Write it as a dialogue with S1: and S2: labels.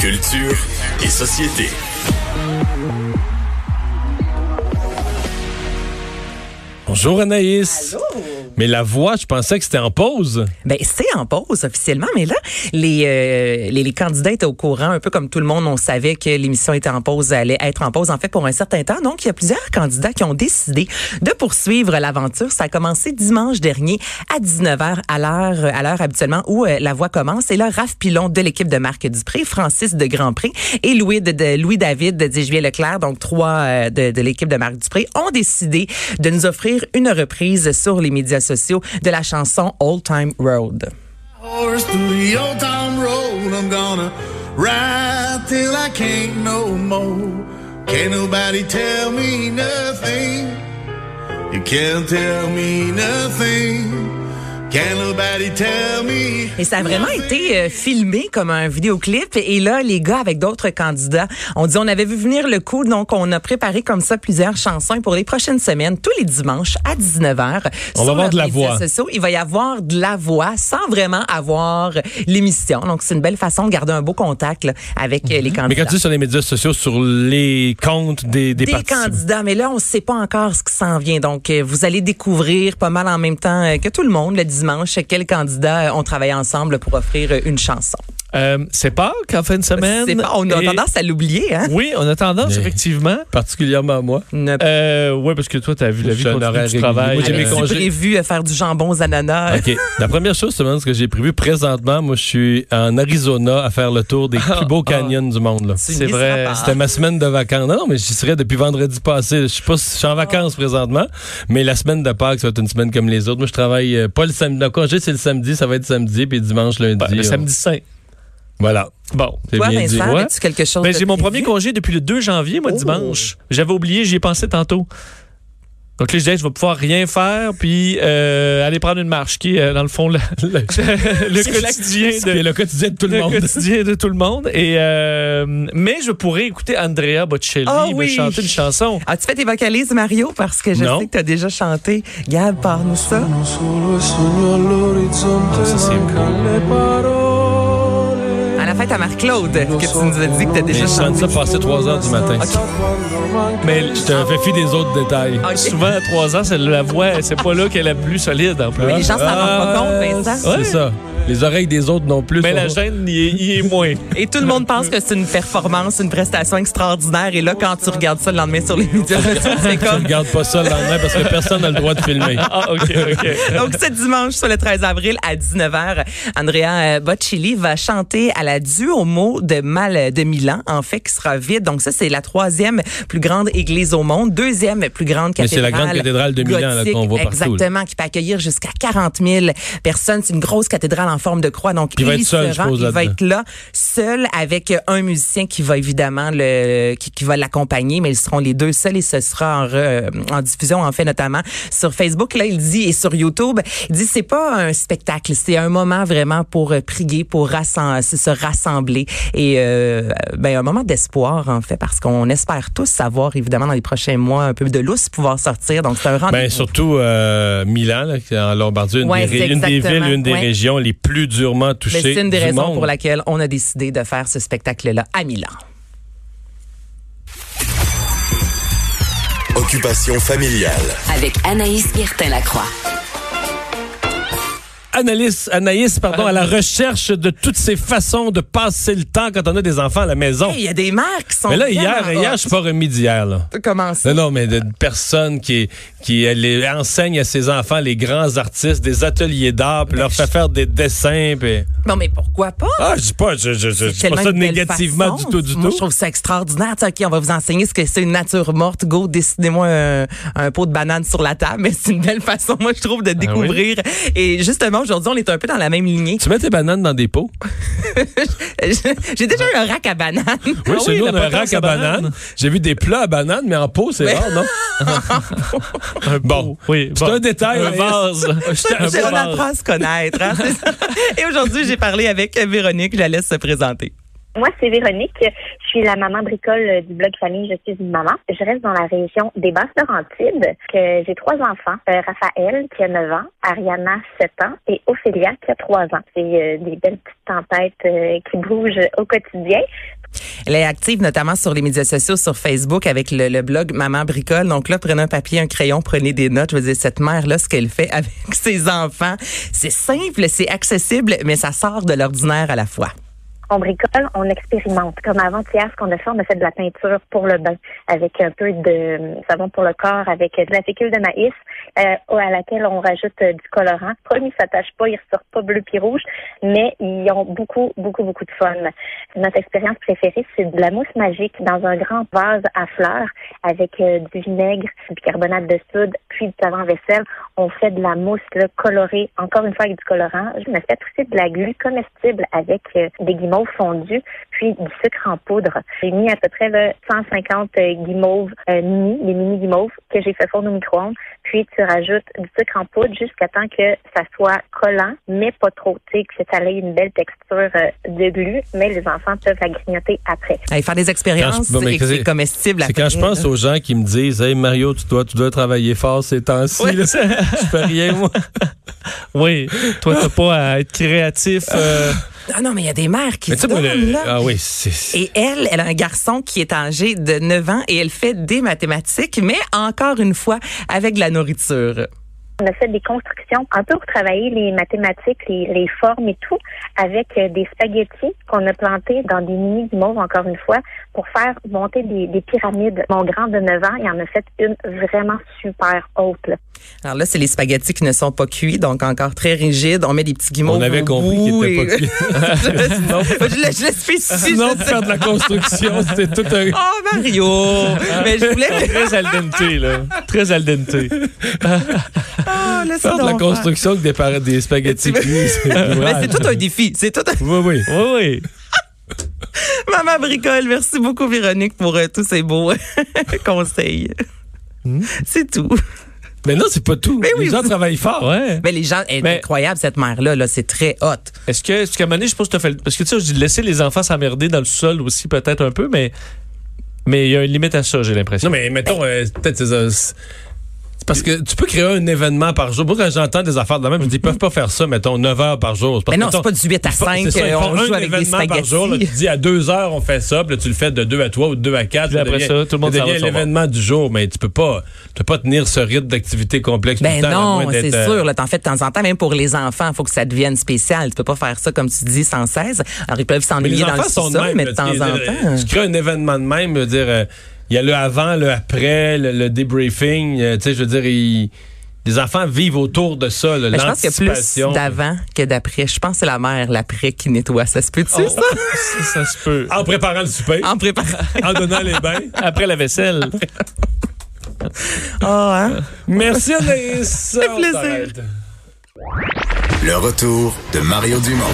S1: Culture et société.
S2: Bonjour Anaïs. Mais la voix, je pensais que c'était en pause.
S3: Ben, c'est en pause officiellement, mais là, les, euh, les, les candidats étaient au courant, un peu comme tout le monde, on savait que l'émission était en pause, allait être en pause, en fait, pour un certain temps. Donc, il y a plusieurs candidats qui ont décidé de poursuivre l'aventure. Ça a commencé dimanche dernier à 19h à l'heure, à l'heure habituellement où euh, la voix commence. Et là, Raph Pilon de l'équipe de Marc Dupré, Francis de Grandpré et Louis, de, de- Louis David de Dijuvier Leclerc, donc trois euh, de, de l'équipe de Marc Dupré, ont décidé de nous offrir une reprise sur les médias sociaux de la chanson Old Time Road.
S4: Horse to the old time road. I'm gonna ride till I can't no more. Can't nobody tell me nothing. You can't tell me nothing. Can't nobody tell me.
S3: Et ça a vraiment été euh, filmé comme un vidéoclip. Et là, les gars, avec d'autres candidats, on dit on avait vu venir le coup, donc on a préparé comme ça plusieurs chansons. Et pour les prochaines semaines, tous les dimanches à 19h,
S2: On va avoir de la voix.
S3: Sociaux, il va y avoir de la voix sans vraiment avoir l'émission. Donc, c'est une belle façon de garder un beau contact là, avec euh, les
S5: Ah,
S3: candidats.
S2: Mhm. Mais quand tu es sur les médias sociaux, sur les comptes des, des,
S3: des
S2: participants.
S3: candidats, mais là, on ne sait pas encore ce qui s'en vient. Donc, euh, vous allez découvrir pas mal en même temps euh, que tout le monde le dimanche quels candidats euh, ont travaillé ensemble pour offrir euh, une chanson.
S5: Euh, c'est Pâques en fin de semaine.
S3: C'est pas- on a
S5: Et-
S3: tendance à l'oublier, hein?
S5: Oui, on a tendance,
S2: Mais-
S5: effectivement.
S2: Particulièrement à moi.
S3: Ne pas.
S5: Euh, oui, parce que toi, tu as vu la vie
S2: C'est un horaire
S5: continue du
S2: régulier.
S5: travail. euh,
S2: Moi, j'ai mes
S3: Avec-
S2: congés.
S3: C'est prévu à faire du jambon aux ananas.
S2: OK. La première chose, c'est vraiment ce que j'ai prévu présentement. Moi, je suis en Arizona à faire le tour des plus beaux
S5: ah.
S2: canyons du monde. là.
S5: C'est
S3: n'y
S5: vrai.
S3: seras pas.
S2: C'était ma semaine de vacances. Non, non, mais j'y serais depuis vendredi passé. Je sais pas si- je suis
S5: Ah.
S2: en vacances présentement, mais la semaine de Pâques, ça va être une semaine comme les autres. Moi, je travaille euh, pas le samedi. Le congé, c'est le samedi, ça va être samedi, puis dimanche, lundi.
S5: Ouais, le
S2: on-
S5: samedi saint.
S2: Voilà.
S5: Bon.
S2: C'est
S3: Toi,
S2: bien dit.
S3: Vincent,
S5: ouais.
S3: as-tu quelque chose
S5: Ben,
S3: de
S5: j'ai mon
S3: prévu?
S5: premier congé depuis le 2 janvier, moi,
S3: Oh.
S5: dimanche. J'avais oublié, j'y ai pensé tantôt. Donc là, je disais, je vais pouvoir rien faire, puis euh, aller prendre une marche, qui est, euh, dans le fond, le, le- le quotidien
S2: C'est
S5: de...
S2: le quotidien de tout le
S5: le
S2: monde.
S5: quotidien de tout le monde. Et, euh, mais je pourrais écouter Andrea Bocelli
S3: Ah
S5: me
S3: oui.
S5: chanter une chanson.
S3: As-tu fait tes vocalises, Mario? Parce que je
S2: Non.
S3: sais que tu as déjà chanté. Gab, parle-nous ça.
S5: Ah, Ça, c'est
S3: À la fête à Marc-Claude, que tu nous as dit que tu
S2: Mais
S3: as déjà
S2: je chante
S3: chanté.
S2: ça passé 3 heures du matin. Mais je te fais fi des autres détails.
S3: Ok.
S5: Ah, Souvent, à 3 ans, c'est la voix, c'est pas là qu'elle est la plus solide, en plus.
S3: les gens s'en rendent pas compte, Vincent.
S2: Ah, C'est ça. Les oreilles des autres non plus.
S5: Mais
S2: sont-
S5: la gêne, il est, il est moins.
S3: Et tout le monde pense que c'est une performance, une prestation extraordinaire. Et là, quand tu regardes ça le lendemain sur les médias sociaux, c'est comme
S2: Regarde pas ça le lendemain parce que personne n'a le droit de filmer.
S5: Ah, OK, OK.
S3: Donc, ce dimanche, sur le 13 avril à 19h, Andrea euh, Bocelli va chanter à la Duomo de, Mal, de Milan, en fait, qui sera vide. Donc, ça, c'est la troisième plus grande église au monde, deuxième plus grande
S2: Mais
S3: cathédrale.
S2: c'est la grande cathédrale de Milan, là,
S3: gothique,
S2: qu'on voit partout, là.
S3: Exactement, qui peut accueillir jusqu'à 40 000 personnes. C'est une grosse cathédrale en forme de croix. Donc,
S2: Puis il va être
S3: Élie
S2: seul, je
S3: Seran,
S2: suppose,
S3: il va
S2: là-dedans.
S3: être là, seul, avec euh, un musicien qui va évidemment le, qui, qui va l'accompagner, mais ils seront les deux seuls et ce sera en, re- euh, en diffusion, en fait, notamment sur Facebook. Là, il dit, et sur YouTube, il dit, c'est pas un spectacle, c'est un moment vraiment pour euh, prier, pour rassem- se se rassembler et, euh, ben, un moment d'espoir, en fait, parce qu'on espère tous savoir, évidemment, dans les prochains mois, un peu de lousse pouvoir sortir. Donc, c'est un rendez-vous.
S2: Ben, surtout euh, Milan, là, qui est en Lombardie, une,
S3: Ouais,
S2: des, ré-
S3: c'est
S2: une des
S3: exactement,
S2: villes, une des
S3: ouais.
S2: régions les plus durement
S3: Mais
S2: touchées.
S3: c'est une des
S2: du
S3: raisons
S2: monde.
S3: pour laquelle on a décidé de faire ce spectacle-là à Milan.
S1: Occupation familiale.
S6: Avec Anaïs Guertin-Lacroix.
S2: Analyse, Anaïs, pardon, à la recherche de toutes ces façons de passer le temps quand on a des enfants à la maison.
S3: Hey, Il y a des mères qui sont
S2: Oh. mais là,
S3: vraiment
S2: hier, hier,
S3: hot.
S2: je suis pas remis d'hier, là.
S3: Comment ça?
S2: Non, non, mais de de personnes qui, qui euh, les- enseignent à ses enfants, les grands artistes, des ateliers d'art, puis
S3: Ben,
S2: leur fait faire des dessins. puis-
S3: Non, mais pourquoi pas?
S2: Ah, je dis pas, je, je, je, je dis pas
S3: Tellement
S2: ça
S3: une belle
S2: négativement
S3: façon.
S2: du tout, du
S3: Moi,
S2: tout.
S3: je trouve ça extraordinaire. Tu sais, OK, on va vous enseigner ce que c'est une nature morte. Go, dessinez-moi un, un pot de banane sur la table. Mais c'est une belle façon, moi, je
S2: Ah
S3: trouve, de découvrir. Et justement, aujourd'hui, on est un peu dans la même lignée.
S2: Tu mets tes bananes dans des pots.
S3: Ah J'ai déjà eu un rack à bananes.
S2: Oui,
S5: Ah
S2: chez
S5: oui,
S2: nous, on
S5: la
S2: a un
S5: potence
S2: rack
S5: à
S2: à bananes.
S5: bananes.
S2: J'ai vu des plats à bananes, mais en pot, c'est rare, non? bon.
S5: Oui,
S2: C'est
S5: bon.
S2: un
S3: Ah,
S2: détail.
S5: Un vase. Un
S3: On
S5: beau vase.
S3: apprend à se connaître. hein, c'est ça. Et aujourd'hui, j'ai parlé avec Véronique. Je la laisse se présenter.
S7: Moi, c'est Véronique. Je suis la maman bricole euh, du blog Famille. Je suis une maman. Je reste dans la région des Basses-Laurentides. que J'ai trois enfants. Euh, Raphaël, qui a 9 ans, Ariana, 7 ans, et Ophélia, qui a 3 ans. C'est euh, des belles petites tempêtes euh, qui bougent au quotidien.
S3: Elle est active notamment sur les médias sociaux, sur Facebook, avec le, le blog Maman Bricole. Donc là, prenez un papier, un crayon, prenez des notes. Je veux dire, cette mère-là, ce qu'elle fait avec ses enfants, c'est simple, c'est accessible, mais ça sort de l'ordinaire à la fois.
S7: On bricole, on expérimente. Comme avant-hier, ce qu'on a fait, on a fait de la peinture pour le bain avec un peu de savon pour le corps, avec de la fécule de maïs euh, à laquelle on rajoute euh, du colorant. Promis, ça tâche pas, ils ressortent pas bleu puis rouge, mais ils ont beaucoup, beaucoup, beaucoup de fun. Notre expérience préférée, c'est de la mousse magique dans un grand vase à fleurs avec euh, du vinaigre, du bicarbonate de soude, puis du savon-vaisselle. On fait de la mousse là, colorée, encore une fois avec du colorant. Je me fais pousser de la glu comestible avec euh, des guimauves fondues, puis du sucre en poudre. J'ai mis à peu près là, 150 euh, guimauves euh, mini, des mini guimauves que j'ai fait fondre au micro-ondes. Puis tu rajoutes du sucre en poudre jusqu'à temps que ça soit collant, mais pas trop, tu sais, que ça ait une belle texture euh, de glu, mais les enfants peuvent la grignoter après.
S3: Allez, faire des expériences,
S2: Quand je- bon, mais
S3: c'est-
S2: c'est-
S3: c'est comestible.
S2: C'est quand je pense aux gens qui me disent Hey Mario, tu dois, tu dois travailler fort ces temps-ci. là. Je fais rien, moi.
S5: Oui, toi, t'as pas à être créatif. euh,
S3: Ah non, mais il y a des mères qui
S2: Mais tu
S3: se
S2: sais, moi, le-
S3: donnent, là.
S2: Ah oui, c'est.
S3: Et elle, elle a un garçon qui est âgé de 9 ans et elle fait des mathématiques, mais encore une fois, avec de la nourriture.
S7: On a fait des constructions un peu pour travailler les mathématiques, les, les formes et tout, avec euh, des spaghettis qu'on a plantés dans des mini guimauves, encore une fois, pour faire monter des, des pyramides. Mon grand de 9 ans, il en a fait une vraiment super haute. là.
S3: Alors là, c'est les spaghettis qui ne sont pas cuits, donc encore très rigides. On met des petits guimauves.
S2: On avait
S3: au
S2: compris
S3: bout
S2: qu'il était
S3: et-
S2: pas cuit.
S3: je, le- je le spécifie.
S2: Sinon,
S3: je-
S2: pour faire de la construction, c'est tout un.
S3: Oh, Mario! mais je voulais.
S5: Très al dente, là. Très al dente.
S3: Ah, là, c'est
S2: Faire de la
S3: donc-
S2: construction que des, par- des spaghettis
S3: Tu veux-
S2: cuits. c'est
S3: Mais
S2: ouvrage.
S3: c'est tout un défi. C'est tout un...
S2: Oui, oui.
S5: Oui, oui.
S3: Maman bricole, merci beaucoup Véronique pour euh, tous ces beaux conseils.
S2: Hmm?
S3: C'est tout.
S2: Mais non, c'est pas tout.
S3: Mais oui,
S2: les gens
S3: c'est-
S2: travaillent fort.
S5: Ouais.
S3: Mais les gens, elle est
S5: Mais-
S3: incroyable cette mère-là, là, c'est très hot.
S5: Est-ce que, est-ce qu'à un moment donné, je pense que t'as fait. le- Parce que tu sais, je dis laisser les enfants s'emmerder dans le sol aussi, peut-être un peu, mais. Mais il y a une limite à ça, j'ai l'impression.
S2: Non, mais mettons, euh, peut-être c'est ça, c'est- c'est parce que tu peux créer un événement par jour. Moi, quand j'entends des affaires de la même, je me dis, ils peuvent pas faire ça, mettons, 9 heures par jour.
S3: Mais non,
S2: mettons,
S3: c'est pas du 8 à
S2: ils font-
S3: 5,
S2: c'est ça, ils
S3: euh,
S2: font
S3: on
S2: un
S3: joue avec des
S2: événement par jour. là, tu
S3: spaghettis.
S2: dis, à 2 heures, on fait ça, puis là, tu le fais de 2 à 3 ou de 2 à 4.
S5: Puis après ça, tout le monde s'en va
S2: devient
S5: sur son
S2: l'événement du jour, mais tu peux pas, tu peux pas tenir ce rythme d'activité complexe tout
S3: Ben
S2: le temps, à
S3: non,
S2: moins
S3: c'est
S2: d'être, euh,
S3: sûr. Là, t'en fais de temps en temps, même pour les enfants, il faut que ça devienne spécial. Tu peux pas faire ça comme tu dis sans cesse. Alors ils peuvent
S2: Mais les
S3: s'ennuyer dans le
S2: enfants sont de
S3: sous-sol,
S2: même.
S3: mais de
S2: là,
S3: temps hein. en
S2: tu sais, euh, Tu
S3: temps.
S2: crées un événement de même, je veux dire, euh, il y a le avant, le après, le, le débriefing, euh, tu sais, je veux dire, ils- les enfants vivent autour de ça, là,
S3: Mais je pense qu'il y a
S2: l'anticipation.
S3: plus d'avant que d'après. Je pense que c'est la mère, l'après, qui nettoie. Ça se peut-tu,
S5: Oh, ça, ça se peut.
S2: En préparant le souper,
S3: ça? En préparant.
S2: en donnant les bains.
S5: Après la vaisselle.
S3: Ah, hein?
S2: Merci Anaïs.
S3: plaisir.
S2: On s'arrête.
S1: Le retour de Mario Dumont.